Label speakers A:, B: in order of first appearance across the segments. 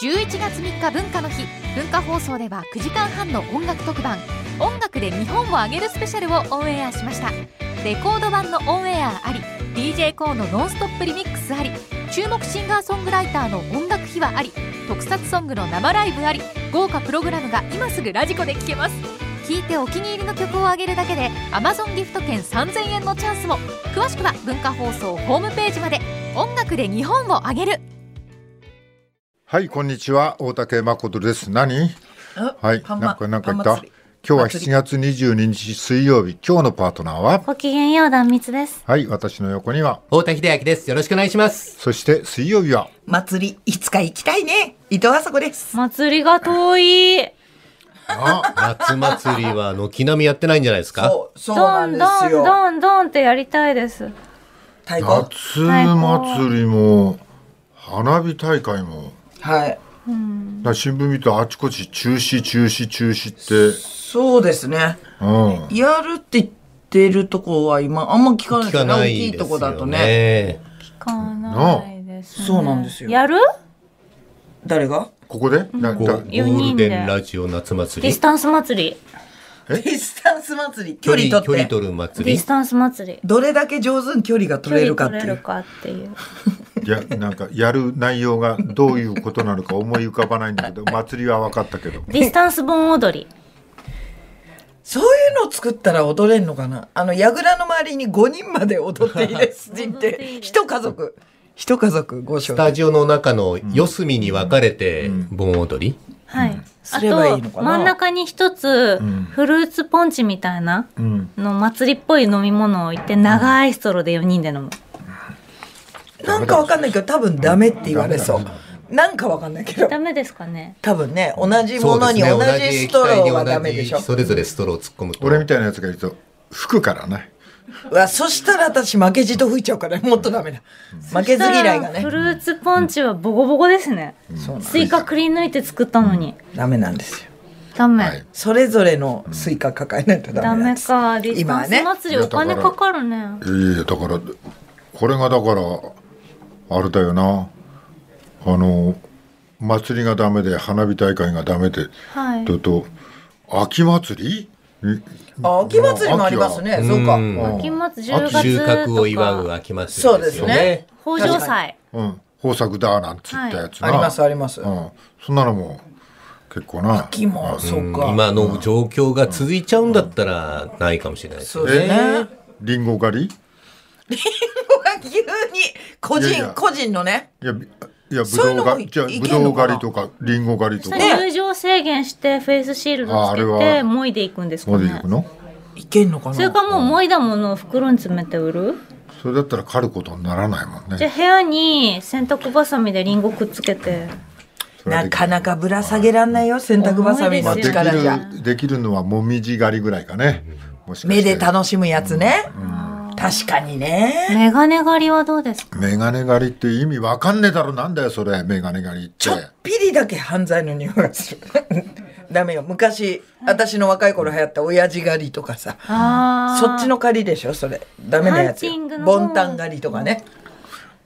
A: 11月3日文化の日文化放送では9時間半の音楽特番「音楽で日本をあげるスペシャル」をオンエアしましたレコード版のオンエアあり d j k o の「ノンストップリミックス」あり注目シンガーソングライターの音楽秘話あり特撮ソングの生ライブあり豪華プログラムが今すぐラジコで聴けます聴いてお気に入りの曲をあげるだけで Amazon ギフト券3000円のチャンスも詳しくは文化放送ホームページまで音楽で日本をあげる
B: はいこんにちは大竹誠です何はい
C: パン
B: なん
C: マ
B: かなんか言っ
C: パン
B: た
C: 祭り
B: 今日は
C: 祭
B: 7
C: り
B: 月22日水曜日今日のパートナーは
D: ごきげんよう、断蜜です。
B: はい私の横には
E: 太田秀明です。よろしくお願いします。
B: そして水曜日は
C: 祭り、いつか行きたいね。伊藤あさこです。
D: 祭りが遠い。
B: あ
E: 夏祭りは軒並みやってないんじゃないですか
C: そう、そうな
D: ど
C: ん
D: ん
C: で
D: ど
C: す
D: ん
C: よ。
D: どんどんってやりたいです。
C: 太鼓。
B: 夏祭りも花火大会も
C: はい。
B: だから新聞見たらあちこち中止中止中止って
C: そうですね。
B: うん
C: やるって言ってるとこは今、あんま聞かないで
E: 聞
C: すね。
E: かな
C: 大
E: い
C: きい
E: で
C: と
E: す
C: こ
E: よ
C: だとね。
E: ね。
D: 聞かないです、ね。
C: そうなんですよ
D: やる
C: 誰が
B: ここでな
E: こうゴ
B: だ
D: 四
E: ール
D: 人
E: デ
D: で
E: ンラジオ夏祭
D: ディ
E: り
D: ス。タンス祭り。
C: ディスタンス祭り、距離
E: 距
C: 取
E: 離
C: って。
E: 取
D: デ
E: る祭
D: ィ
E: り
D: ス。タンス祭り。
C: どれだけ上手に距離が取れるかって
D: 距離
C: い
D: 取れる
C: う。
D: かっていう。
B: いやなんかやる内容がどういうことなのか思い浮かばないんだけど祭りは分かったけど
D: ディスタンス盆踊り。
C: そういうのを作ったら踊れんのかなあの、櫓の周りに5人まで踊っていいです。人っ
D: 踊って
C: て
D: いい、です
C: 一家族。一家族ご唱
E: スタジオの中の四隅に分かれて盆踊り。
D: はい。
C: す
D: あ
C: ればいいの
D: と、
C: かな
D: 真ん中に一つ、フルーツポンチみたいな
B: うん
D: の祭りっぽい飲み物を置いて、長いストローで4人で飲む。
C: なんかわかんないけど、多分ダメって言われそう。なんかわかんないけど。
D: ダメですかね
C: 多分ね、同じものに
E: そ
C: 同
E: うですね
C: じストローはダメでし
E: 同
C: ょ
E: じ液体に同じ。それぞれストローを突っ込むと。
B: 俺みたいなやつがいると服からね
C: うわ、そしたら私負けじと吹いちゃうから、もっとダメだ。負けず嫌いが
D: そしたらフ
C: ね。
D: ルーツポンチはボコボコですね。
C: そうなん
D: スイカくり抜いて作ったのに。
C: ダメなんですよ。
D: ダメ。
B: はい
C: それぞれのスイカ抱えないとダ
D: ダ
C: メなん
D: メ
C: です。
D: か。ディス
C: 今
D: タ
C: は
D: ンス
C: ね。
D: 祭りお金かかるね。
B: いやだからこれがだからあれだよなあの祭りがダメで花火大会がダメで、
D: はい
B: だと秋祭りん
C: あ、秋祭りもありますね。そうか。
E: ん
D: 秋祭り10
E: 収
D: 月
E: 穫を
D: と
E: 祝う
D: か。
E: 秋祭
C: そう
E: りで
C: ですす
E: よ
C: ね
E: ね。。
D: 豊穣祭。
B: うん、豊作だなんつったやつな、
C: ありますあります。
B: うん、そんなのも結構な
C: 秋も、そうか。
E: 今の状況が続いちゃうんだったらないかもしれないです
C: そ
E: ね
C: うですね。
B: リンゴ狩り
C: 急に、個
B: いやいや
C: 人、個人のね。
B: いやびいやブ
C: そういう
B: ド
C: の
B: ウ
C: も
B: 狩りじゃあ
C: い
B: ブ
C: け
B: ド
C: んの
B: ウ
C: か
B: 狩
C: な
B: りとかリンゴ狩りと
D: そ
B: か
D: れ
C: ね
D: 入場制限してフェイスシールドつけ
B: ああれは
D: て、もいでいくんです
B: ま
D: か
B: で行
D: ね
B: く。の
C: いけんのかな
D: それかもうもいだものを袋に詰めて売る
B: それだったら狩ることにならないもん
D: じゃ
B: ね
D: あ部屋に洗濯バサミでリンゴくっつけて。
B: それは
C: な
B: でき
C: かなかぶら下げらんないよ、洗濯ばさみ
B: まあ、
C: の
B: でき
C: 力じゃ。
B: るできるのはもみじ狩りぐらいかねもしか
C: 目
B: して
C: で楽しむやつね。確かにね。
D: メガネ狩りはどうですか
B: メガネ狩りって意味わかんねえだろなんだよそれメガネ狩りっ
C: ち
B: て
C: ょっぴりだけ犯罪の匂いがする。 ダメよ。昔、私の若い頃流行った親父狩りとかさ。
D: あ
C: そっちの狩りでしょそれ。ダメなやつよ
D: ハンチング。の方
C: ボンタン狩りとかね。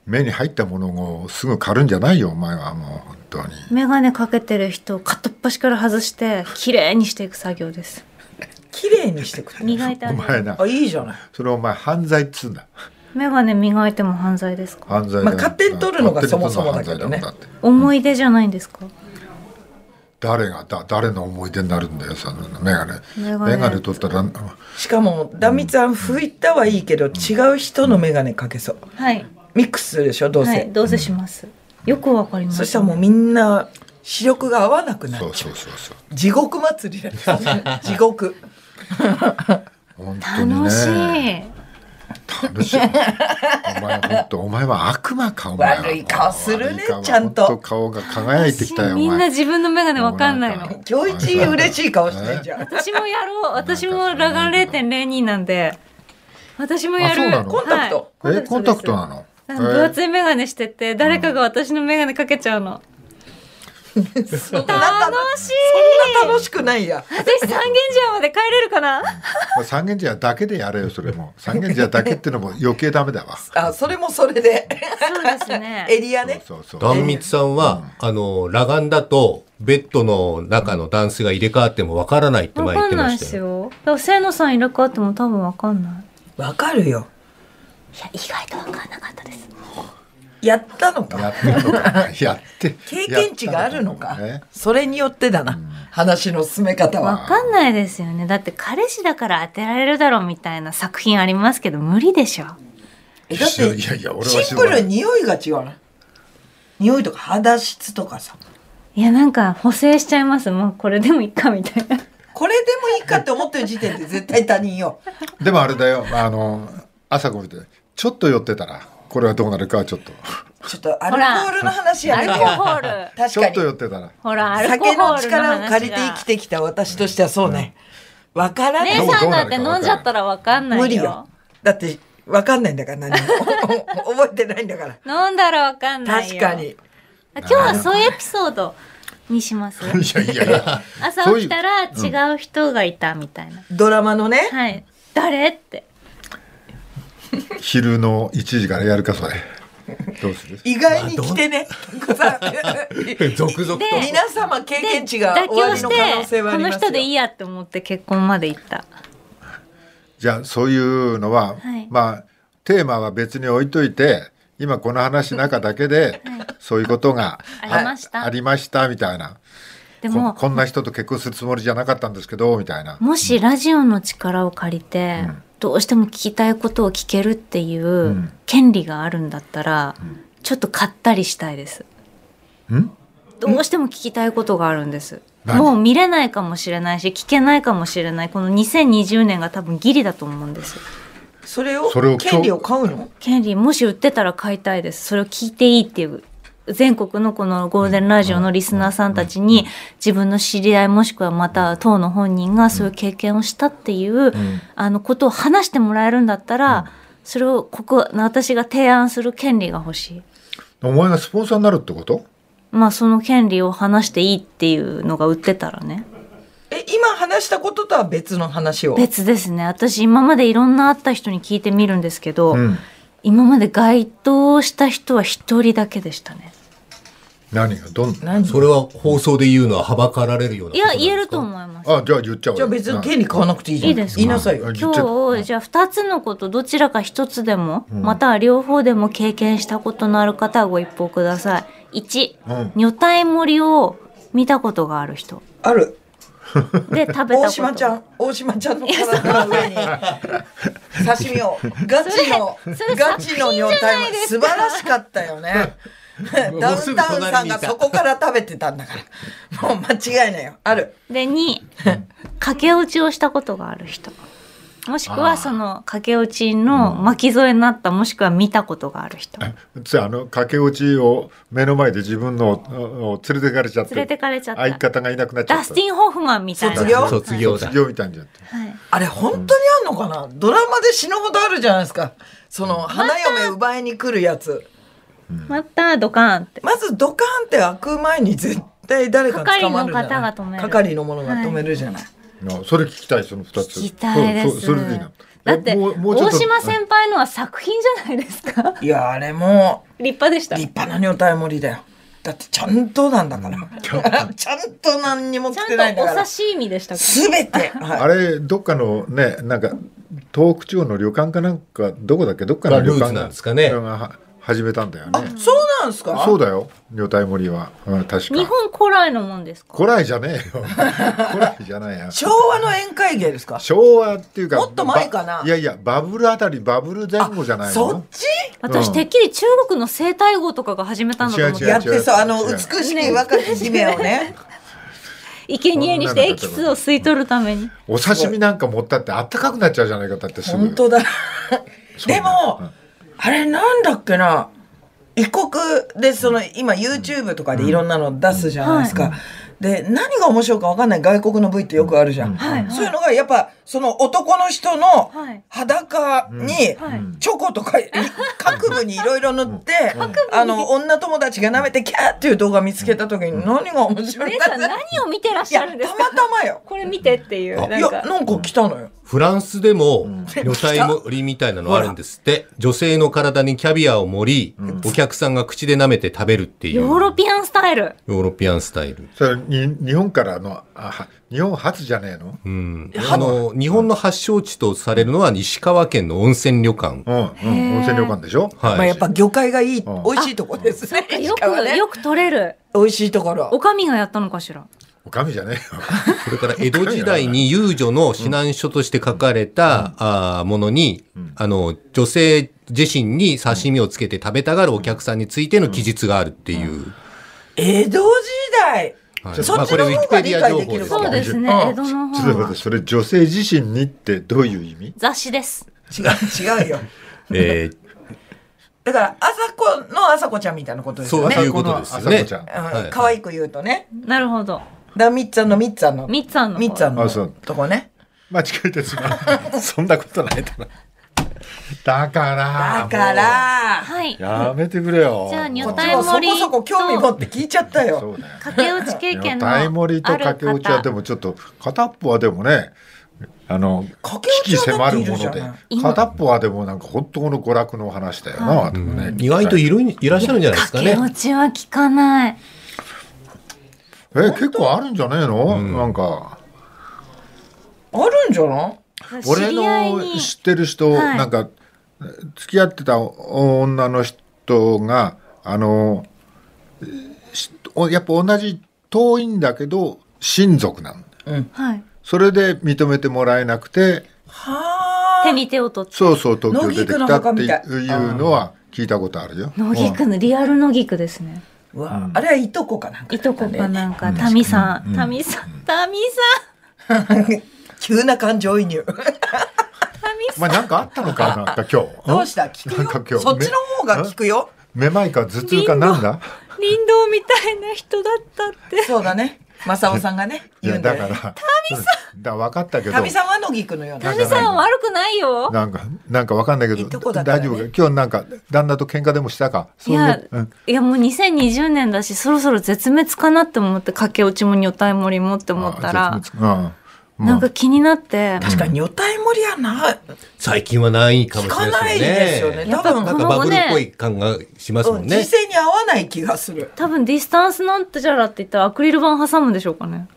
B: 目に入ったものをすぐ狩るんじゃないよお前はもう本当に
D: メガネかけてる人を片っ端から外して、綺麗にしていく作業です。
C: 綺麗にしてくれ。
D: 磨いてあ
B: お
D: げる。
B: 前な
C: あ、いいじゃない。
B: それお前犯罪っつうんだ
D: メガネ磨いても犯罪ですか
B: 犯罪だよ
C: まあ勝手に取るのが
B: 勝手に
C: そもそも
B: 取るのは
C: だけどね
B: 犯罪だもんだって
D: 思い出じゃないんですか
B: 誰がだ誰の思い出になるんだよそのメガネ
D: メガネ
B: メガネ取ったら
C: しかも、ダミさん拭いたはいいけど、違う人の眼鏡かけそう。
D: はい。
C: ミックスするでしょどうせ。
D: はい、どうせします。よくわかります。
C: そしたらもうみんな、視力が合わなくな
B: そ
C: る
B: う。そうそうそう
C: 地獄祭 りだね。地獄。
B: 本当に
D: 楽し
B: ね
D: い。
B: 楽しいお前本当お前は悪魔かお前は
C: 悪い顔する
B: 悪
C: ね
B: い顔
C: ちゃんと
B: 本当顔が輝いてきたよお前
D: みんな自分のメガネわかんない
B: もう
D: の。
C: 今日一嬉しい顔してんじゃ ん。
D: 私もやろう。私も裸眼0.02なんで。私もや
B: あそうな
D: る。
B: の
C: コンタクト
D: はい
B: えコンタクト
D: です
B: なの
D: なんか分厚いメガネしてて、誰かが私のメガネかけちゃうの。
C: そんな楽
D: 楽しい
C: そんな楽しくないや。
D: 私三軒茶屋まで帰れるかな
B: まあ三軒茶屋だけでやれよそれ も三軒茶屋だけってのも余計ダメだわ
C: あ、それもそれで。
D: そうです ね
C: エリアね。
B: そうそうそう
E: 壇蜜さんは、あの、裸眼だと、ベッドの中のダンスが入れ替わってもわからないって
D: わ
E: 前言
D: か
E: って
D: ん
E: ま
D: ない
E: し
D: で
E: た
D: す
E: よ。
D: よだから清野さんいるかっても多分わかんない
C: わかるよ。
D: いや意外とわかんなかったです
C: やったのか。
B: やってるのかやって
C: 経験値があるのか。
B: ね
C: それによってだな。話の進め方
D: わ
C: は。
D: かんないですよねだって彼氏だから当てられるだろうみたいな作品ありますけど無理でしょ
C: えだっ
B: いや
C: て、
B: いやいや俺は
C: シンプルに匂いが違うな。匂いとか肌質とかさ。
D: いやなんか補正しちゃいますもうこれでもいいかみたいな
C: これでもいいかって思ってる時点で絶対他人よ。
B: でもあれだよあの朝こ見てちょっと寄ってたらこれはどうなるかはちょっと
C: ちょっとアルコールの話や
D: ア
C: め
D: ル
C: て
D: コ
C: よ。
D: ール
C: 確
B: ちょ
C: か
B: っと
C: に。
B: 寄ってたら
D: ほらアルコー
C: 酒
D: ルの
C: の
D: 話が
C: 力を借りて生きてきた私としてはそうね。わからない
D: 姉
B: どう
D: さん
B: な
D: だ
B: る
D: っ
B: か
D: て飲んじゃったらわかんないよ
C: 無理よ。だって、わかんないんだから何も。 覚えてないんだから。
D: 飲んだらわかんない
C: 確
D: よ
C: かに。
D: 今日はそういうエピソードに します
B: いやいやいや
D: 朝起きたら違う人がいたみたいな
C: ドラマのね、
D: はい誰って
B: 昼の1時からやるかそれどうする
C: 意外に来てね。
E: 続々と。
D: で
C: 皆様経験値が
D: 妥
C: 終わ
D: 協
C: り
D: し
C: の可能
D: て
C: 性はあ
D: こ
C: り
D: の
C: ます
D: 人でい
C: よ。
D: いやって思って結婚まで行った
B: じゃあそういうのは、
D: はい
B: まあテーマは別に置いといて今この話の中だけで、そういうことが
D: ありました
B: あありましたみたいな
D: で
B: こ
D: も
B: こんな人と結婚するつもりじゃなかったんですけどみたいな
D: もしラジオの力を借りて、どうしても聞きたいことを聞けるっていう権利があるんだったら、ちょっと買ったりしたいです。
B: ん
D: どうしても聞きたいことがあるんです。
B: 何
D: もう見れないかもしれないし聞けないかもしれないこの2020年が多分ギリだと思うんです
C: それ
B: それを今
C: を、
B: 日
C: 権利を買うの
D: 権利もし売ってたら買いたいですそれを聞いていいっていう全国のこのゴールデンラジオのリスナーさんたちに自分の知り合いもしくはまた当の本人がそういう経験をしたっていうあのことを話してもらえるんだったらそれをここ私が提案する権利が欲しい
B: お前がスポンサーになるってこと
D: まあその権利を話していいっていうのが売ってたらね
C: え、今話したこととは別の話を。
D: 別ですね私今までいろんな会った人に聞いてみるんですけど、
B: うん
D: 今まで該当した人は一人だけでしたね
B: 何がどん
C: 何
E: それは放送で言うのははばかられるようないことな
D: や
E: んですか。
D: 言えると思います
B: あじゃあ言っちゃおう
C: じゃあ別に権利買わなくていいじゃん。
D: いいですか
C: 言いなさいよ。
B: 言っちゃう
D: 今日じゃあ2つのことどちらか1つでも、または両方でも経験したことのある方はご一報ください1、
B: うん
D: 女体盛りを見たことがある人
C: ある。
D: で食べたこと
C: 大島ちゃん、大島ちゃんの体の上に刺身をガチの
D: それ
C: ガチの女体は素晴らしかったよね。ダウンタウンさんがそこから食べてたんだから、もう間違いないよ。ある。
D: で2駆け落ちをしたことがある人もしくはその駆け落ちの巻き添えになったもしくは見たことがある人連
B: じゃああの駆け落ちを目の前で自分のをを連れてかれちゃって
D: れてかれちゃった
B: 相方がいなくなっちゃった
D: ダスティン・ホフマンみたいな
C: 卒業
E: 卒業だ
B: 卒。業みたいになっちゃって
D: はい
C: あれ本当にあんのかな。ドラマで死ぬほどあるじゃないですか。その花嫁奪いに来るやつ。
D: またドカーンって
C: まずドカーンって開く前に絶対誰か捕まるじゃない。
D: 係の方が止める
C: 係の者が止めるじゃない。
B: なそれ聞きたいその二つ
D: 聞きたいで
B: そ
D: す
B: うそそれでいいな
D: だって
B: えもうもうちょっ
D: 大
B: と
D: 島先輩のは作品じゃないですか立
C: い、やあれも
D: 派でした
C: 立派な女体盛りだよ。だってちゃんとなんだから。ちゃんと何にも
D: ち
C: 来てな
D: ゃ
C: い
D: ん
C: ん
D: と
C: だ
D: お
C: から。
D: 刺身でしたか
C: す べて。はい
B: あれどっかのねなんか東北地方の旅館かなんかどこだっけどっかの
E: が
B: 旅
E: ルー
B: 館
E: ツなんですかね
B: がは始めたんだよね
C: そうなんすか
B: そうだよ女体盛りは、うん、確か
D: 日本古来のもんですか
B: 古来じゃねえよ 古来じゃない よ
C: 昭和の宴会芸ですか
B: 昭和っていうか
C: もっと前かな
B: ばいやいやバブルあたりバブル前後じゃない
C: そっ
B: の
C: ち
D: 私てっきり中国の生態号とかが始めたんだと思っ
B: 違う違
C: や
B: う
D: て
C: ってそう、あの、
B: 違う
C: 美しき若き姫をね。
D: 生贄にしてエキスを吸い取るために
B: お刺身なんか持ったってあったかくなっちゃうじゃないかだってすぐ
C: 本当だ。
B: う
C: でも、あれなんだっけな。異国で、その、今 YouTube とかでいろんなの出すじゃないですか。で何が面白いか分かんない外国の V ってよくあるじゃん、
D: はいはい
C: そういうのがやっぱその男の人の
D: はい
C: 裸に
D: はい
C: チョコとかい 各部にいろいろ塗って、あの女友達が舐めてキャーっていう動画見つけた時に何が面白い
D: 姉
C: か
D: さん何を見てらっ
C: い
D: し
C: や
D: ゃるんです
C: た
D: か
C: またまよ
D: これ見てっていう
E: あ
D: ないん
C: や
D: か
C: なんか来たのよ
E: フランスでも、女体盛りみたいなのあるんですって。女性の体にキャビアを盛り、お客さんが口で舐めて食べるってい
D: ヨ
E: う、
D: ー
E: ヨ
D: ロピアンスタイル
E: ーロピアンスタイル。
B: それに日本からのあは日本初じゃねえの
E: うん。あの、日本の発祥地とされるのは石川県の温泉旅館。
B: うん、うん、温泉旅館でしょ
E: はい。
C: まあやっぱ魚介がいい、
B: ん
C: 美味しいとこですね。
D: よ
C: 石川
D: く
C: ね
D: よく取れる
C: 美味しいところ
D: お。かみがやったのかしら
B: おかみじゃねえよ
E: それから江戸時代に遊女の指南書として書かれた、あーものに、あの、女性自身に刺身をつけて食べたがるお客さんについての記述があるっていう。
C: 江戸時代。
E: はい
C: そっちの方が理解できるか
E: まあこれウィキペディア情報で
B: そで
D: そううです
E: すけど
D: す
B: ね
D: ね
C: あ江
D: 江戸の
B: ちょっと待っ
D: 方
B: てそれ女性自身にってどういう意味
D: 雑誌です
C: 違う違うよ。
E: えー
C: だから朝子の朝子ちゃんみたいなことですよね。
E: そういうことですよね
B: あさこちゃん
E: はい
C: うん可愛く言うとね。
D: なるほど
C: だからみっちゃんのみっちゃんの。
D: みっちゃんの
C: みっちゃんの
B: あそう
C: とこね。
B: 間違えてしまうそんなことないだろだから
C: だから。
D: はいじ
B: やめてくれよ
D: ゃあ女
C: こっ
D: 体
C: ちもそ
D: 盛
C: こ
D: り
C: そこ興味持っ
D: と
C: て聞いちゃった
B: そ
C: よ。
B: うだよ
D: 掛け落ち経験のあ
B: 大
D: る
B: 盛りと掛け落ちはで
D: 方
B: もちょっと片っぽはでもねあの
C: 掛け
B: 危機
C: 落ちは
B: 迫
C: だって
B: る
C: いる
B: も
C: じゃ
B: の
C: ない
B: で
D: 今
B: 片っぽはでもなんか本当の娯楽のお話だよな、でもね
E: 意外といるんいらっしゃるんじゃないですか
D: 掛け
E: ね。
D: 落ちは聞かない
B: え結構あるんじゃねえの、なんか
C: あるんじゃない
D: 知
B: 俺
D: り合い
B: の
D: に
B: 知ってる人、
D: はい
B: なんか付き合ってた女の人があのしやっぱ同じ遠いんだけど親族なんだ
D: はい
B: それで認めてもらえなくて
C: は
D: 手に手を取って
B: そうそう東京出てきたって
C: 野菊の墓みたい
B: いうのは聞いたことあるよ。
D: 野
B: うん
D: 菊のリアル野菊ですね
C: あ。うわあれはいとこかなんか
D: いとこかなんかタミさんタミさんタミ
C: 急な感情移入。
B: まあなんかあったのかなんか今日。
C: どうした聞
B: なんか
C: く
B: 今
C: よ。
B: 日
C: そっちの方が聞くよ。
B: めまいか頭痛かなんだ。
D: さん林道みたいな人だったって
C: そうだね。正雄さんが ね。
B: い
C: 言う
B: や
C: んだ
B: だ
C: よ
B: から。
C: ね。
B: うんだから分かったけど。
C: 旅さんは野木くのような
D: タ。ミさん悪くないよ
B: なんかなんかわかんないけど
C: いとこだから
B: 大
C: ね
B: 丈夫か今日なんか旦那と喧嘩でもしたか。
D: い
B: そういう
D: や、
B: うん
D: いやもう2020年だしそろそろ絶滅かなって思って駆け落ちも女体盛りもって思った
B: あ
D: ら
B: 絶滅うん。も
D: なん
B: う
D: か気になって
C: 確かに女体盛りはな、
E: 最近はないかも
C: 聞
E: し
C: か
E: れな
C: ないい
E: で
C: ですす
E: よ
C: よ
E: ね。
C: ね。
D: や
C: 多
D: っぱ
C: 分、
E: なんかバブルっぽい感がしますもんね
C: 時。勢に合わない気がする。
D: 多分ディスタンスなんてじゃらって言ったらアクリル板挟むんでしょうかね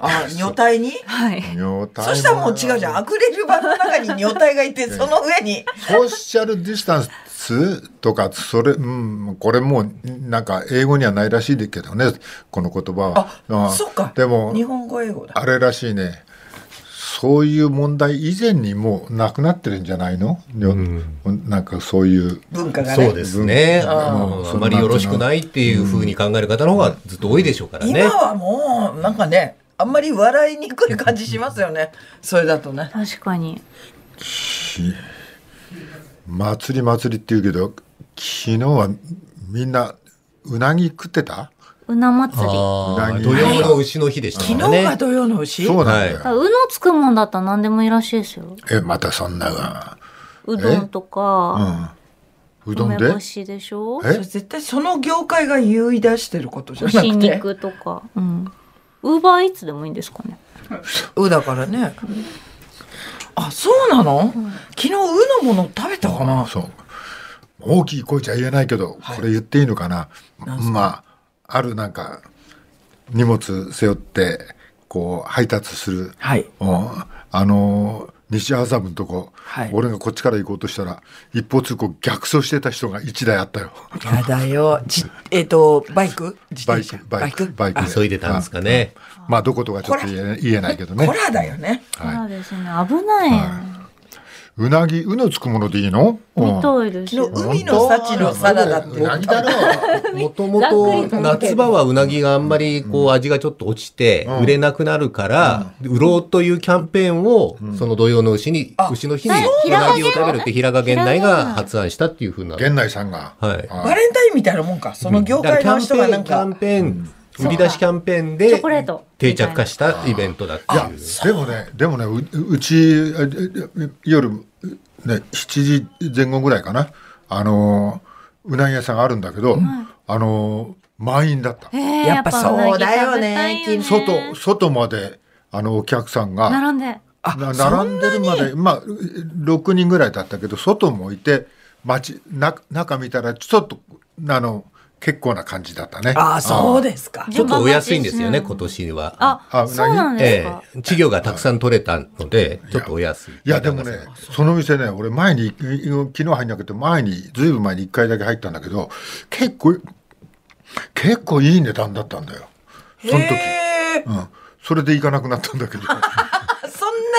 C: あ、女体に
D: はい
B: 女体
C: そしたらもう違うじゃん。アクリル板の中に女体がいて、その上に。
B: ソーシャルディスタンスとかそれ、うん、これもうなんか英語にはないらしいけどねこの言葉は。
C: あ
B: う、ん
C: そっか。
B: でも
C: 日本語英語だ。
B: あれらしいね。そういう問題以前にもうなくなってるんじゃないの、よなんかそういう。
C: 文化が
E: そう
C: ね。
E: ですね。
B: うん
E: あ
B: うん
E: のあまりよろしくないっていうふうに考える方の方がずっと多いでしょうからね。
C: 今はもう、なんかね、あんまり笑いにくい感じしますよね。それだとね。
D: 確かに
B: 祭り祭りって言うけど昨日はみんなうなぎ食ってた
D: うな祭り
E: あ
B: うな
E: あ、
B: ぎ
E: 土曜の牛の日でした
C: 昨
E: から
C: 日が
E: ね。
C: 土曜の牛
B: そうなんだよ、
D: あうのつくもんだったら何でもいいらしいですよ
B: えまたそんなが
D: うどんとか、
B: うんうどん
D: 梅
B: で
D: 干しでしょ
B: え
C: それ絶対その業界が言い出してることじゃな
D: 牛
C: くて。
D: 肉とかうんウーバーイーツでもいいんですかね
C: うだからね。あ、そうなの、昨日うのもの食べたかな
B: そう大きい声じゃ言えないけど、これ言っていいのかなまああるなんか荷物背負ってこう配達する、
C: はい
B: うんあのー西麻布のとこ、
C: はい
B: 俺がこっちから行こうとしたら一方通行逆走してた人が1台あったよ
C: やだよ。じえっ、と、バイク自
B: バイ
C: 転車
B: クバイクバイク
E: 急いでたんですかね。
B: まあどことかちょっと言えない言えないけどね
C: コラだよね。
D: そうですね危ない、
B: うなぎ、うのつくものでいいの
D: みたいで
C: 昨
D: すよ
C: 日、海の幸のサラダって
B: う なぎだろ
E: もとも
D: ざっくり
E: と
D: と
E: 夏場はうなぎがあんまりこう味がちょっと落ちて売れなくなるから、売ろうというキャンペーンをその土曜の牛に、牛の日にうなぎを食べるって平賀源内が発案したっていうふうな。
B: 源内さんが。
E: はい。
C: バレンタインみたいなもんか。その業
E: だから
C: 界
E: キャ
C: の
E: ンペ
C: 人がな
E: ーン、
C: ん
E: キャ
C: か
E: ン、ペーン売り出しキャンペー
D: チ
E: ンで
D: ョコレート
E: 定着化したイベントだって
B: いや
E: いう。
B: でもねでもねううちええ夜、ね、7時前後ぐらいかなあのうなぎ屋さんがあるんだけど、あの満員だった、
D: えー
C: やっぱ
D: うなぎ
C: そうだよね
D: 食べたいよ
B: 外外まであのお客さんが
D: 並んで
B: な並んでるまでまあ6人ぐらいだったけど外もいて街な中見たらちょっとあの結構な感じだったね
C: ああ、そうですか。
E: ちょっとお安いんですよね、今年は。
D: あ
B: あ
D: そうなんです
E: え
D: か、
E: え、稚魚がたくさん取れたので、ちょっとお安い。
B: いやでもね、その店ね、俺前に、い昨日入んなくて、前に、ずいぶん前に1回だけ入ったんだけど、結構、結構いい値段だったんだよ。その時。
C: へえ。
B: うん。それで行かなくなったんだけ ど。
C: そんな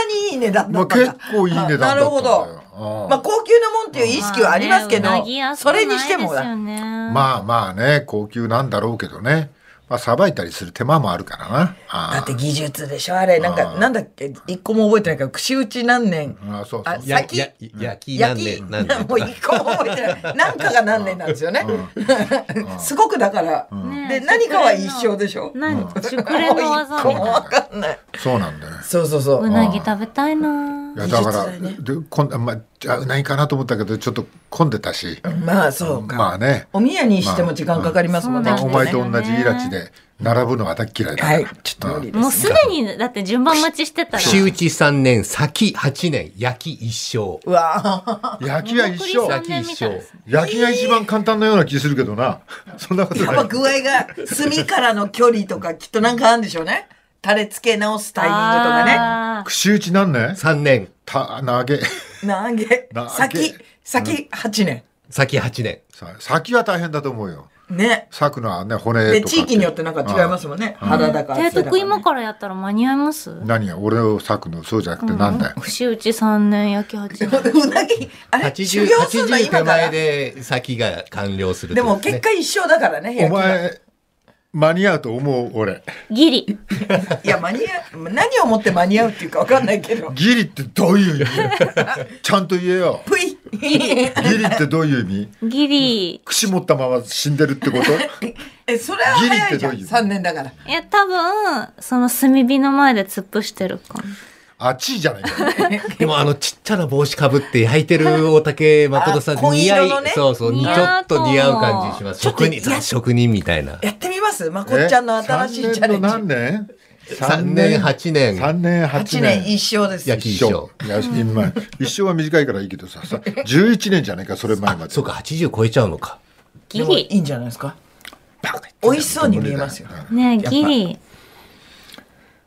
C: にいい値段
B: ま
C: だ
B: あ
C: ったんだ
B: 結構いい値段だったんだよ。
C: なるほど。
B: うん
C: まあ高級なもんっていう意識はありますけど
D: まあねうなぎ屋、さ
C: そ
D: んな
C: れ
D: いで
C: に
D: す
C: しても
D: よ
C: だ。
D: ね
B: まあまあね、高級なんだろうけどね。まあ、さばいたりする手間もあるからな。あー
C: だって技術でしょあれなん
B: あ
C: か
B: ー
C: なんだっけ一個も覚えてないけど串打ち何年
B: あーそう
C: あ
B: そう。
E: や
C: 先
E: や焼きなん
C: 焼
E: で
C: き、
E: なんで
C: もう一個も覚えてないなんかが何年なんですよねすごくだから
D: ん
C: で
D: ね
C: 何かは一生でしょもう
D: 何熟練の 技
C: 一個
D: みたい
C: も
D: な
C: わかんない
B: そうなんだよ。
C: そうそうそう
D: うなぎ食べたいない
B: やだから、
C: 技術だよね
B: でこんまあ、じゃあうなぎかなと思ったけど、ちょっと混んでたし。
C: まあそうか
B: まあね。
C: お宮にしても時間かかりますもんね
B: まあ
C: きっと
B: お
C: ね
B: 前と同じイラチで並ぶのは大っ嫌いだから、
C: はいちょっと無理です
D: もうすでにだって順番待ちしてたら
E: 串打ち3年、先8年、焼き一生。
C: うわ
B: 焼きは一緒
D: 残り
E: 焼き一生。
B: 焼きが一番簡単なような気するけどな、そんなこと
C: やっ
B: な
C: ぱ
B: い
C: 具合が炭からの距離とかきっとなんかあるんでしょうねタレ付け直すタイミングとかね
D: あー
B: 串打ちなんね
E: 3年、
B: た投げ
C: 投げ
B: 投げ
C: 先先8年
E: 先8年。
B: さ先は大変だと思うよ
C: ね
B: 裂くのはね骨とか
C: で
B: って
C: 地域によってなんか違いますもんね肌だか
D: 提
C: ら
D: 督今からやったら間に合います
B: ああ何や俺を裂くのそうじゃなくてなんだよ、
D: 串打ち三年焼き八年
C: うなぎあれ修
E: 80、
C: 行すんだ
E: 80手
C: 今か
E: 前
C: ら
E: で先が完了するっ
C: で
E: てこと
C: も
E: すね
C: 結果一緒だからね
B: お前間に合うと思う俺
D: ギリ
C: いや間に合う何をもって間に合うっていうかわかんないけど
B: ギリってどういう意味 ちゃんと言えよ
C: ぷい
B: ギリってどういう意味
D: ギリ
B: 串持ったまま死んでるってこと
C: えそれは早いじゃん
B: ギリってどういう
C: 3年だから
D: いや多分その炭火の前で突っ伏してるか
B: あっちいじゃないか
E: でもあのちっちゃな帽子かぶって焼い てる大竹誠さん
C: あ紺
E: 似合
C: 色
E: い、
C: のね
E: そうそうち
D: 似
E: ょ
D: 合
E: っ
D: うと
E: と
D: 思う
E: 似合う感じします
C: ちょっと
E: 職人
C: いや
E: ザ職人みたいな
C: やってみます まこっちゃんの新しいチャレンジ
B: え三年の何年
E: 3年8年
B: 三年八
C: 8年
B: 年
C: 一生です
E: 焼き一生
B: いや今一生は短いからいいけどささ11年じゃないかそれ前まで
E: そうか80超えちゃうのか
D: ギ
C: でもい
D: リ
C: いんじゃないですか美味しそうに見えますよ
B: 無理だ
D: ねえギリ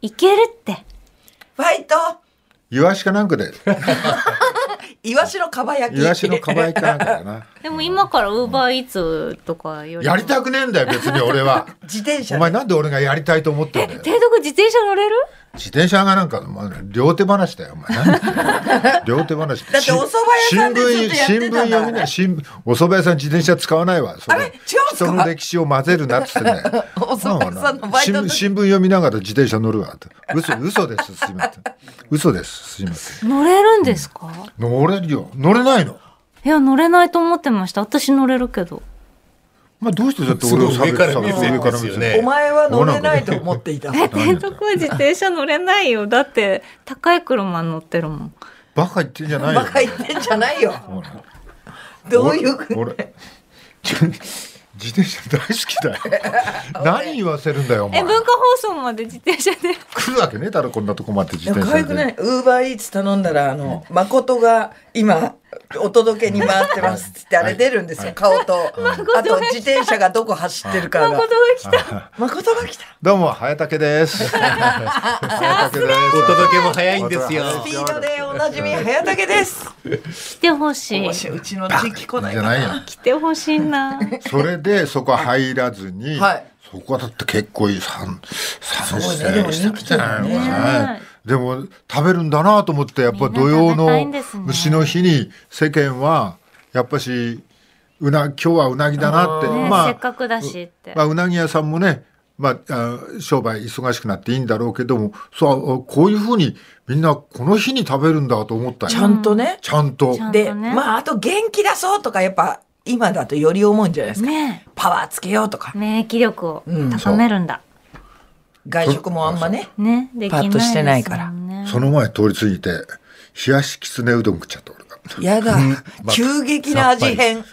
D: いけるって
C: ファイト
B: イワシかなんかで
C: イワシのかば焼き
B: イワシのかば焼きかなんかだな
D: でも今からウーバーイーツとかより
B: やりたくねえんだよ別に俺は
C: 自転車
B: お前なんで俺がやりたいと思ってんだよ
D: 提督自転車乗れる
B: 自転車がなんかまあ両手話だよお前何言 ってんの両手話
C: だってお蕎麦屋さんでずっとやってた
B: 新聞
C: んだ
B: 読みな新聞お蕎麦屋さん自転車使わないわそ
C: あれ違うんすか
B: 人の歴史を混ぜるなっつってんだよ
C: お蕎麦屋さんのバイトの時
B: まあまあ新新聞読みながら自転車乗るわって嘘嘘ですすいません嘘ですすいません
D: 乗れるんですか
B: 乗れるよ乗れないの
D: いや乗れないと思ってました私乗れるけど
B: まあどうしてだって俺を差別
E: すごい上から目線ですよね
C: お前は乗れないと思っていた。
D: 提督は自転車乗れないよだって高い車乗ってるもん
B: バカ言ってんじゃないよ
C: バカ言ってんじゃないよ。
B: ほら
C: どういう
B: 俺俺ちょ自転車大好きだよ何言わせるんだよお
D: え
B: 前
D: 文化放送まで自転車で
B: 来るわけねえだろこんなとこまで自
C: でも
B: 転
C: 可愛
B: 車
C: くな
B: で
C: い。ウーバーイーツ頼んだら、あの、誠が今、お届けに回ってますっつって、あれ出るんですよ、顔と。あと、自転車がどこ走ってるか
D: 誠が
C: が。
D: 来た
C: 誠が来た。
B: どうも早竹です早竹です
E: お届けも早いんですよ
C: スピードでおなじみ、早竹です。
D: 来てほしい
C: もし、うちの地域来ない
B: じゃ
C: か
B: な
C: な。
B: いよ
D: 来てほしいな
B: それでそこは入らずに、
C: はい
B: そこはだって結構いい三三
C: そう
B: 世
C: ねでも
B: したんじゃないのか
D: ね
B: ね。でも食べるんだなと思ってやっぱ土曜
D: みんな食べた
B: の
D: いんですね
B: 牛の日に世間はやっぱしうな今日はうなぎだなって
D: ね
B: ま
D: せっ
B: あ
D: かくだしって、
B: まあうなぎ屋さんもねまああ商売忙しくなっていいんだろうけどもそうこういうふうにみんなこの日に食べるんだと思った
C: ち
B: よ
C: ゃんとね。
B: ちゃんと
D: ちゃんと
C: で、
D: ね
C: まあ、あと元気出そうとか、やっぱ、今だとより思うんじゃないですか。
D: ね
C: パワーつけようとか。
D: 免疫力を高めるんだ、
C: 外食もあんまね。
D: ね、できな
C: パッ
D: いです
C: としてないから
D: もんね
B: その前通り過ぎて、冷やしきつねうどん食っちゃった俺が。
C: やだ、急激な味変。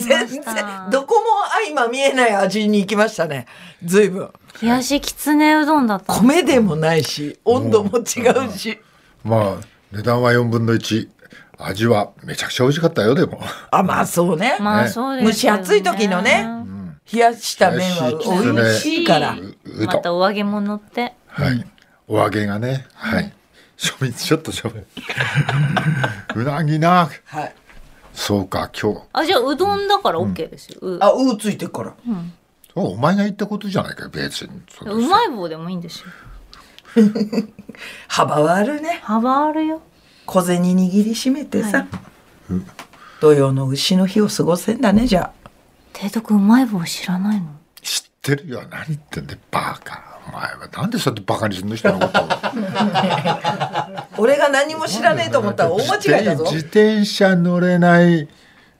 C: 全然、どこも相ま見えない味に行きましたね。ずいぶん。
D: 冷やしきつねうどんだったの。
C: 米でもないし、温度も違うし。
B: まあ、値段は4分の1。味はめちゃくちゃ美味しかったよ、でも。
C: あ、まあそうね。
D: まあ
B: ね
D: そうですよ
C: 蒸し暑い時のね冷やした麺は美味しいから。
B: うう
D: また
B: どん。
D: お揚げ物って。
B: はい。お揚げがね。はい。庶民、ちょっと庶民。うなぎな。
C: はい。
B: そうか、今日。
D: あ、じゃあうどんだから OK ですよ。う
C: あ、うついてっから。
B: そうお前が言ったことじゃないかよ、別に。
D: うまい棒でもいいんですよ。
C: 幅はあるね。
D: 幅あるよ。
C: 小銭握りしめてさ、
D: は
C: 土曜の牛の日を過ごせんだねじゃあ
D: 提督うまい棒知らないの
B: 知ってるよ、何言ってんだよ、バカ。お前はなんでそうやってバカにするの人のことを。
C: 俺が何も知らねえと思ったら 大間違いだぞ
B: 自転車乗れない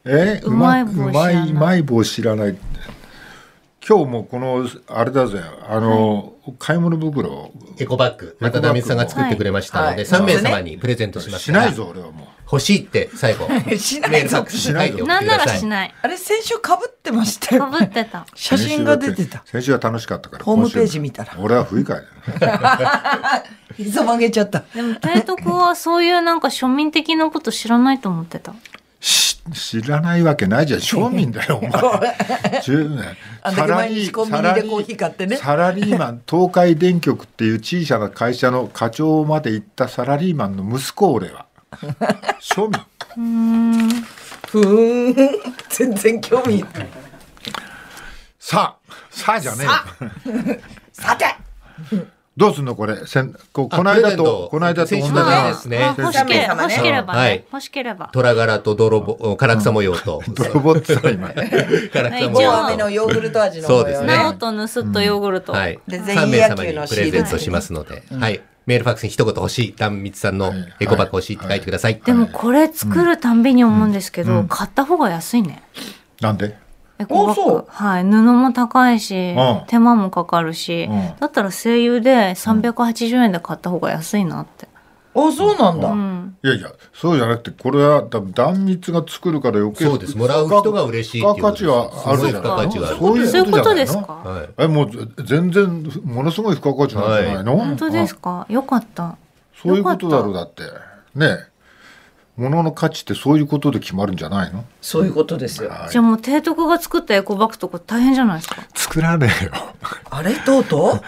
B: え
D: うまい棒
B: うま
D: 知らない
B: いまい棒知らない今日もこのあれだぜあの、買い物袋
E: エコバッグ、またダミさんが作ってくれましたの
C: は
E: で、
C: い
E: 3名様にプレゼントします。
B: しない。ぞ俺はも
E: 欲しいって最後。
C: しないぞ
E: しないぞ。
D: なんならし
E: い。
D: ない。
C: あれ先週かぶってました
D: か
C: よ
D: ぶってた。
B: う
C: 写真が出てた
B: 先週は楽しかったから
C: ホームページ見たら
B: 今週俺は不愉快だよ
C: ひざ曲げちゃった
D: でも提督はそういうなんか庶民的なこと知らないと思ってた。
B: し知らないわけないじゃん庶民だよお前10年
C: あんだけ毎日コンビニでコーヒー買ってね
B: サラリーマン東海電局っていう小さな会社の課長まで行ったサラリーマンの息子俺は庶民
C: ふーん全然興味
B: さあさあじゃねえよ
C: さて
B: どうすんのこれせんこ
E: あ
B: この
E: プレゼ
B: 間
E: ント
B: とこの間と同
E: 先
B: じ
E: 週
D: ま
E: と
D: あ
E: ね
B: だ
E: ですね
D: まあ欲しけ欲しければ
E: は
D: ね
E: い。
D: 欲しければ。
E: 虎柄と泥棒、唐草模様と。
B: 泥棒って言ったら今
E: 唐草模
D: じ
E: 様
D: ゃ
C: 大
D: あ
C: 雨のヨーグルト味の
E: そうですね
D: なおとぬすっとヨーグルト。
E: はい。
C: で
E: 3
C: 全員
E: 名
C: 野
E: 様
C: 球の
E: に
C: シ
E: プ
C: ール
E: レゼントしますので、はい。メールファックスに一言欲しい、壇蜜さんのエコバッグ欲しいって書いてください。
D: でもこれ作るたんびに思うんですけど、買った方が安いね。
B: なんで
D: エコバッ
C: そう
D: グ。はい。布も高いし、
B: うん
D: 手間もかかるし、
B: うん
D: だったら声優で380円で買った方が安いなって。
C: あそうなんだ、
D: うん。
B: いやいやそうじゃなくてこれは多分壇蜜が作るから余計
E: そうですもらう人が嬉しいっていう
B: 付加
E: こと
B: 価
E: です
B: 値はある
E: すごい付加価値があ
B: そ
E: る
B: う
D: そうい
B: いう
D: うこ
B: ことと
D: で
B: ですす
D: か
B: か
E: はい。
B: えもうぜ全然ものすごい付加価値なんじゃないの、
D: 本当です
B: あ
D: かよかった。
B: そういうことだろうだってねえ物の価値ってそういうことで決まるんじゃないの
C: そういうことですよ
D: じゃあもう提督が作ったエコバッグとか大変じゃないですか。
B: 作らねえよ
C: あれとうと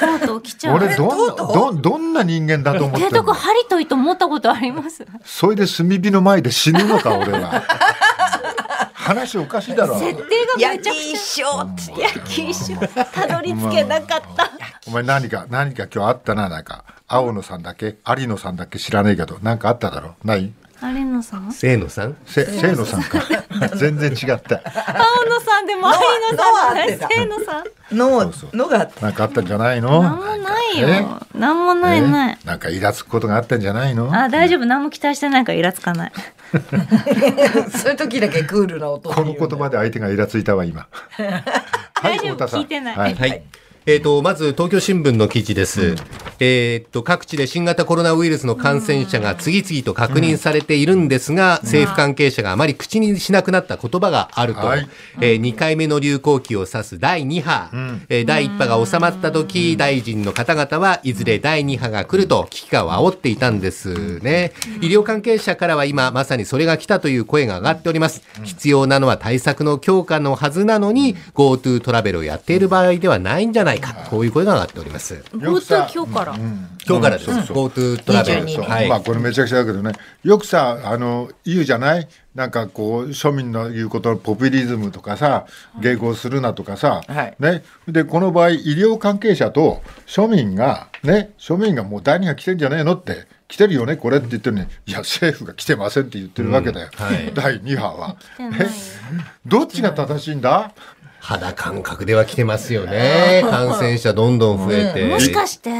D: とうとう来ちゃう。
B: 俺どんな
C: どうぞ
B: どんどんな人間だと思って
D: 提
B: んの
D: 督針と糸持ったことあります。
B: それで炭火の前で死ぬのか俺は 話おかしいだろ
D: 設定
C: う
D: が
C: 焼
D: めちゃく
C: き
D: ち
C: 一生って
D: ゃ焼き一緒たどり着けなかった。
B: お前何か何か今日あったななんか青野さんだっけ有野さんだっけ知らねえけど何かあっただろない
D: 有野さん。青
E: せーのさん
B: せ清野さんか全然違った
D: 野さんでも有野さんじゃない。
C: ノア
D: 青野さん。
C: ののがあった
B: なんかあったんじゃないの
D: なんもないよ
B: ね。
D: なんもないない
B: ね。なんかイラつくことがあったんじゃないの
D: あ、大丈夫。何も期待してないからイラつかない。
C: そういう時だけクールな音
B: この言葉で相手がイラついたわ今は
D: 大丈夫
B: 太田さん
D: 聞いてない
B: はい
E: はい。えー、とまず東京新聞の記事です、えー、と各地で新型コロナウイルスの感染者が次々と確認されているんですが、政府関係者があまり口にしなくなった言葉があると、
B: はい
E: えー、2回目の流行期を指す第2波、えー第1波が収まった時、大臣の方々はいずれ第2波が来ると危機感を煽っていたんですね、医療関係者からは今まさにそれが来たという声が上がっております、必要なのは対策の強化のはずなのに GoTo トラベルをやっている場合ではないんじゃないかこういう声が上がっております
B: よくさ
D: GoTo 今日から。
E: 今日からです、
B: うんそうそう
E: GoTo トラベル
B: そう
E: は
B: まあ
E: い
B: これめちゃくちゃだけどねよくさあの言うじゃないなんかこう庶民の言うことのポピュリズムとかさ迎合するなとかさ、
C: はい
B: ね、でこの場合医療関係者と庶民がね庶民がもう第二が来てんじゃねえのって来てるよねこれって言ってるのにいや政府が来てませんって言ってるわけだよ、
E: うんはい
B: 第二波は。
D: 来てないよ
B: どっちが正しいんだ
E: 肌感覚では来てますよね感染者どんどん増えて、
D: もしかして、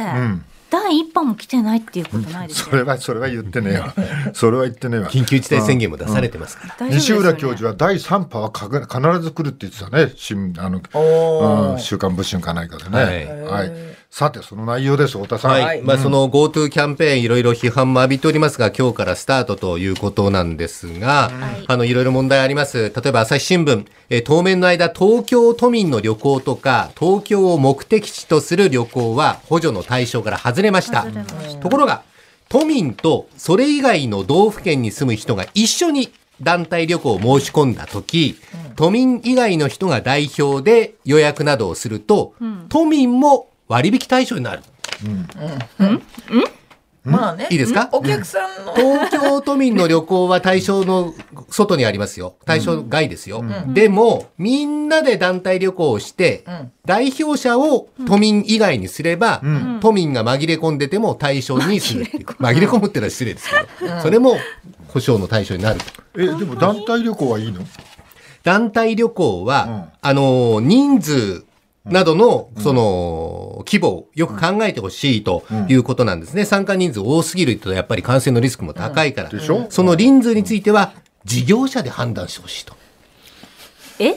D: 第一波も来てないっていうことないです
B: そ
D: か、
B: れはそれは言ってねえわそれは言ってねえわ
E: 緊急事態宣言も出されてますから。
D: 大丈夫です
B: 西
D: よね
B: 浦教授は第3波はかか必ず来るって言ってたね新あの
C: おー
B: うん週刊物春か何かでね、
E: は
B: はいいさてその内容です太田さん、
E: はい、
C: はい
E: まあ、その GoTo キャンペーンいろいろ批判も浴びておりますが今日からスタートということなんです
D: は
E: が、
D: い
E: あのいろいろ問題あります例えば朝日新聞、えー当面の間東京都民の旅行とか東京を目的地とする旅行は補助の対象から外れました
D: 外れました
E: ところが都民とそれ以外の道府県に住む人が一緒に団体旅行を申し込んだ時、都民以外の人が代表で予約などをすると、都民も割引対象になる。
C: まあね
E: いいですか
C: お客さんの
E: 東京都民の旅行は対象の外にありますよ。対象外ですよ。でも、みんなで団体旅行をして、
C: ん
E: 代表者を都民以外にすれば、都民が紛れ込んでても対象にするっていう。紛れ込むってのは失礼ですけど、それも保障の対象になると。
B: えでも団体旅行はいいの
E: 団体旅行は、あの、人数などの、その、規模をよく考えてほしいということなんですね。参加人数多すぎると、やっぱり感染のリスクも高いから。
B: でしょ
E: その人数については、事業者で判断してほしいと。
D: え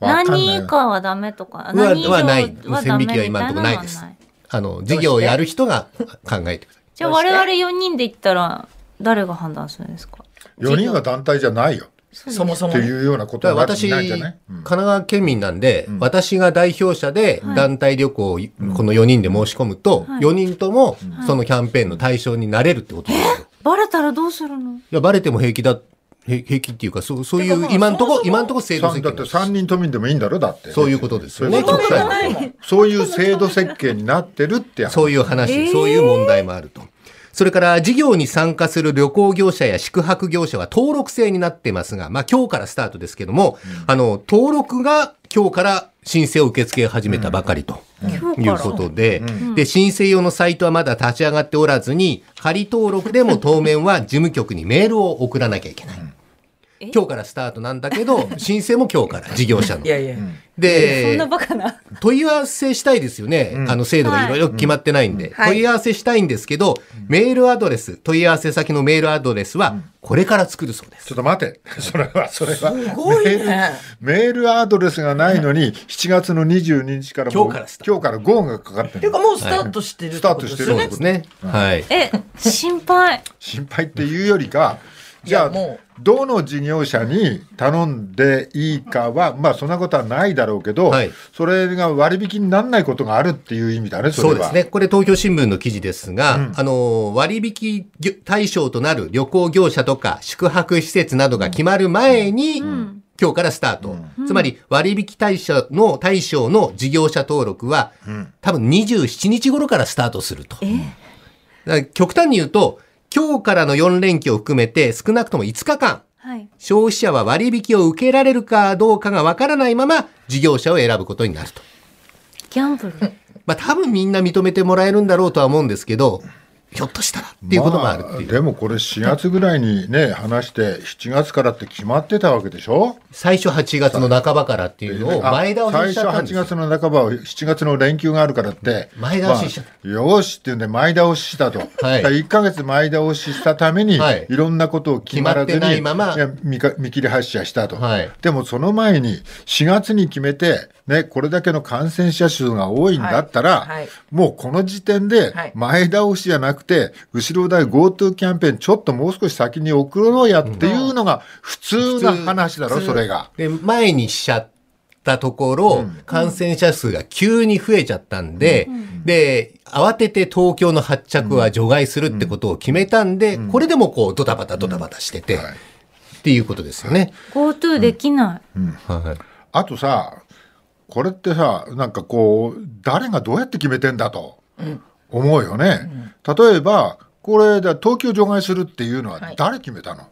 B: わかんない
D: 何以下はダメとか
E: は
D: 何以上
E: はない
D: はダメみたいなの
E: 線引きは今のとこ
D: は
E: な
D: ないい
E: ですあの、事業をやる人が考えて ください。
D: じゃあ我々4人で行ったら誰が判断するんですか
B: 4人は団体じゃないよ
C: そもそ
B: っ
C: も
B: ていうようなことに
E: だから
B: なる
E: 私、
B: な
E: 神
B: いんじゃない
E: 奈、川県民なんで、私が代表者で団体旅行をこの4人で申し込むと、
D: はい
E: 4人ともそのキャンペーンの対象になれるってことですよ。
D: バレたらどうするの
E: いや、バレても平気だ、へ平気っていうか、そう、そうい
C: てか
E: う
C: ま、あ
E: 今ん
C: そ
E: と
C: も
E: こ
C: そ、も
E: 今んとこ制度
B: 三
E: 設
B: だ
E: 計
B: って
E: なんです
B: 3人都民でもいいんだろだって
E: そういうことですよね
B: そういうこと
E: 求められ
B: そういう制度設計になってるってやつ
E: そういう話、
D: えー
E: そういう問題もあると。それから、事業に参加する旅行業者や宿泊業者は登録制になってますが、まあ今日からスタートですけども、あの、登録が今日から申請を受け付け始めたばかりと。
D: 今日
E: い
D: から
E: うことで、で、申請用のサイトはまだ立ち上がっておらずに、仮登録でも当面は事務局にメールを送らなきゃいけない。
D: え
E: 今日からスタートなんだけど、申請も今日から、事業者の
C: い。やいや、
D: そんな
E: で、
D: バカな
E: 問い合わせしたいですよね。あの制度がいろいろ決まってないんで、
C: はい
E: 問い合わせしたいんですけど、メールアドレス、問い合わせ先のメールアドレスは、これから作るそうです。
B: ちょっと待てそれはそれはす
C: ごいね
B: メールアドレスがないのに7月の22日からもう
E: 今日からスタート
B: 今日からゴーンがかかって
C: てい
B: る
C: うかもうスタートしてるってことですよ
E: そう
C: ね、
B: はい
E: で、すね。はい。
D: え心配
B: 心配っていうよりかじゃ
C: い
B: あ
C: やも
B: どの事業者に頼んでいいかはまあそんなことはないだろうけど、
E: はい
B: それが割引にならないことがあるっていう意味だねそれ
E: そ
B: は
E: うですね。これ東京新聞の記事ですが、あの、割引業対象となる旅行業者とか宿泊施設などが決まる前に、今日からスタート。つまり、割引対象の、対象の事業者登録は、多分27日頃からスタートすると。だから極端に言うと、今日からの4連休を含めて少なくとも5日間、
D: はい
E: 消費者は割引を受けられるかどうかがわからないまま、事業者を選ぶことになると。
D: ギャンブル
E: まあ多分みんな認めてもらえるんだろうとは思うんですけど、ひょっとしたらっていうこともあるっていう。
B: まあでもこれ4月ぐらいにね話して7月からって決まってたわけでしょ
E: 最初8月の半ばからっていうのを
B: あ
E: 前倒
B: 最
E: ししち
B: 初
E: ゃったんです
B: 8
E: よ
B: 月の半ばを7月の連休があるからって
E: 前倒ししちゃった
B: まあよーしって言うんで前倒ししたと、
E: はい
B: 1か月前倒ししたために、
E: はい
B: い、ろんなことを決まらずに
E: 決まってないまま
B: いや見か見切り発車したと、
E: はい
B: でもその前に4月に決めて、ね、これだけの感染者数が多いんだったら、
C: はいはい
B: もうこの時点で
C: はい
B: 前倒しじゃなくて後ろ台 GoTo キャンペーンちょっともう少し先に送ろうやっていうのが普通な話だろ、それが。
E: で、前にしちゃったところ、感染者数が急に増えちゃったんで、で、慌てて東京の発着は除外するってことを決めたんで、これでもこうドタバタドタバタしてて、
B: はい
E: っていうことですよね。
D: GoTo できない、
E: はい
B: あとさこれってさなんかこう誰がどうやって決めてんだと思うよね。例えばこれで東京除外するっていうのは誰決めたの、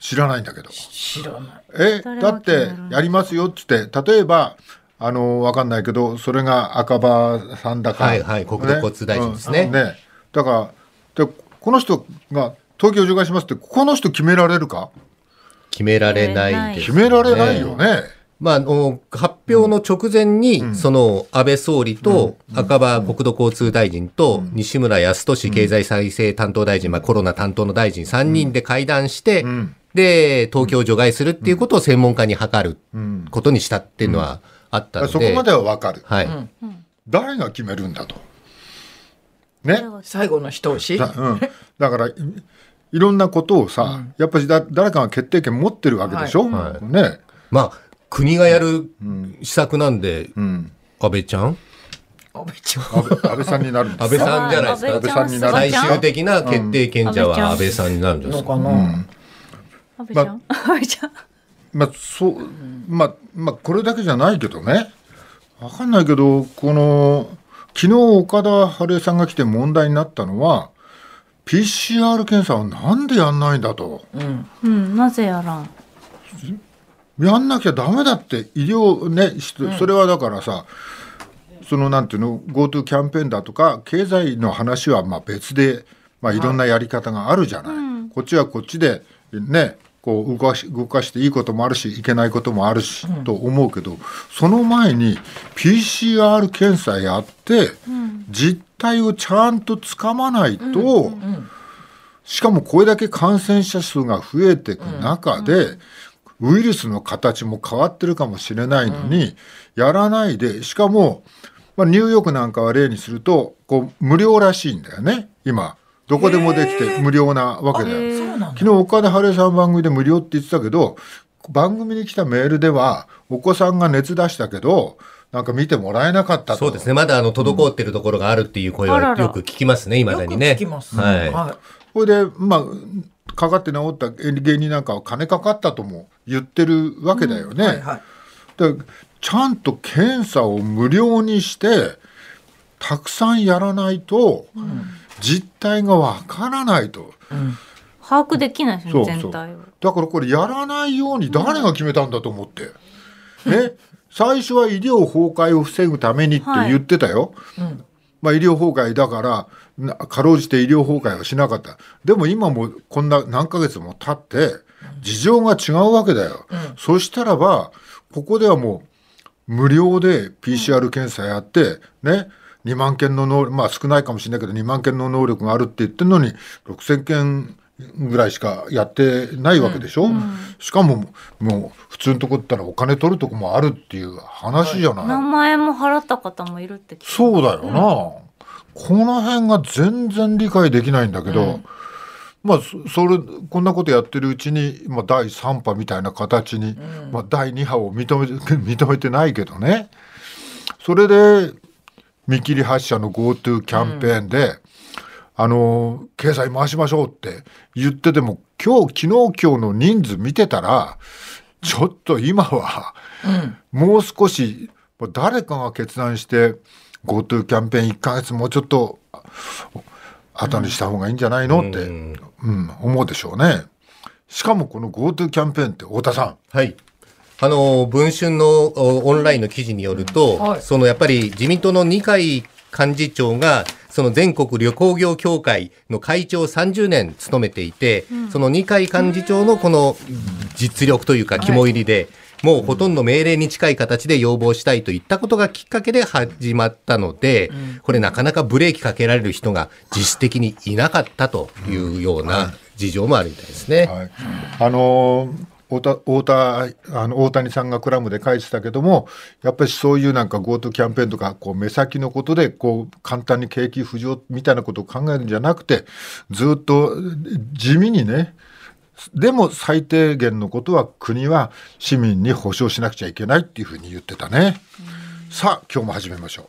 B: 知らないんだけど。
C: 知らない
B: え
D: 誰
B: だ
D: が
B: って
D: 決める
B: やりますよっつって例えばあのわかんないけどそれが赤羽さんだか
E: はいはい国土交通大臣ですね
B: うんねだからでこの人が東京除外しますってこの人決められるか
E: 決められないです、
B: 決められないよね。
E: まあ、あの発表の直前に、その安倍総理と赤羽国土交通大臣と西村康稔経済再生担当大臣、まあ、コロナ担当の大臣3人で会談して、
B: ん
E: で、東京を除外するっていうことを専門家に諮る
B: うん
E: ことにしたっていうのはあったので、
B: そこまではわかる。
E: はい。
B: 誰が決めるんだと。ね。
C: 最後の一押し。
B: だ,、うん、だからいいろんなことをさ、やっぱりだ誰かが決定権持ってるわけでしょ、
E: はい
B: ね、
E: まあ、国がやる施策なんで、
B: うん、
E: 安倍ちゃん
C: おめちゃ
B: 安倍安倍さんになるんで
E: 安
B: す
E: 倍
B: よ
E: さんじゃないで
B: 安倍さんに
E: すか。
B: なる
D: 安
E: 最
D: 倍ちゃん
E: 終的な決定権者は安倍さんになるんじゃない
C: の
E: ですか。
C: かな。
D: 安倍ちゃん安倍ちゃん
B: まあそうまあまあこれだけじゃないけどねわかんないけどこの昨日岡田晴恵さんが来て問題になったのは PCR 検査をなんでやんないんだと。
D: うん、なぜやらん。
B: やんなきゃダメだって医療ね、しそれはだからさそのなんていうの GoTo キャンペーンだとか経済の話はまあ別で、まあ、いろんなやり方があるじゃない、こっちはこっちでねこう動かし動かしていいこともあるしいけないこともあるし、と思うけどその前に PCR 検査やって、実態をちゃんとつかまないと。しかもこれだけ感染者数が増えていく中で、ウイルスの形も変わってるかもしれないのに、やらないで、しかも、まあ、ニューヨークなんかは例にすると、こう、無料らしいんだよね、今。どこでもできて無料なわけだよ。
C: そうなんだ。
B: 昨日岡田晴恵さん番組で無料って言ってたけど番組に来たメールではお子さんが熱出したけどなんか見てもらえなかったと
E: そうですね。まだあの、滞ってるところがあるっていう声
D: あら
E: は
D: ら
E: よく聞きますね、未だ
C: よく
E: にね。
C: 聞きます。
E: は
B: それでまあかかって治った芸人なんかは金かかったとも言ってるわけだよね、
C: はいは
B: で
C: い。
B: ちゃんと検査を無料にしてたくさんやらないと実態がわからないと、
D: 把握できないです
B: そ
D: ね、
B: うそう
D: 全体を。
B: だからこれやらないように誰が決めたんだと思って、ね最初は医療崩壊を防ぐためにって言ってたよ、まあ、医療崩壊だからなかろうじて医療崩壊はしなかったでも今もこんな何ヶ月も経って事情が違うわけだよ、そしたらばここではもう無料で PCR 検査やって、ね、2万件の能力、まあ少ないかもしれないけど、2万件の能力があるって言ってるのに、6000件ぐらいしかやってないわけでしょ、しかも、もう普通のとこだったらお金取るとこもあるっていう話じゃない。
D: 何万円も払った方もいるって聞いた
B: そうだよな、この辺が全然理解できないんだけど、まあそそれこんなことやってるうちに、まあ、第3波みたいな形に、まあ、第2波を認めて 認めてないけどねそれで見切り発車の GoTo キャンペーンで、あの経済回しましょうって言ってても今日昨日今日の人数見てたらちょっと今は。もう少しまあ誰かが決断して GoTo キャンペーン1か月もうちょっとあ後にした方がいいんじゃないの、
E: い。
B: っ
E: う
B: て、
E: ん
B: うん、思うでしょうね。しかもこの GoTo キャンペーンって太田さ
E: はい。あの、文春のおオンラインの記事によると、
C: はい
E: そのやっぱり自民党の二階幹事長が、その全国旅行業協会の会長を30年務めていて、その二階幹事長のこの実力というか肝入りで、もうほとんど命令に近い形で要望したいといったことがきっかけで始まったので、これなかなかブレーキかけられる人が実質的にいなかったというような事情もあるみたいですね。
B: ん、はい、あのー太田太田あの大谷さんがクラムで書いてたけどもやっぱりそういうなんか GoTo キャンペーンとかこう目先のことでこう簡単に景気浮上みたいなことを考えるんじゃなくてずっと地味にねでも最低限のことは国は市民に保障しなくちゃいけないっていうふうに言ってたね。さあ今日も始めましょう。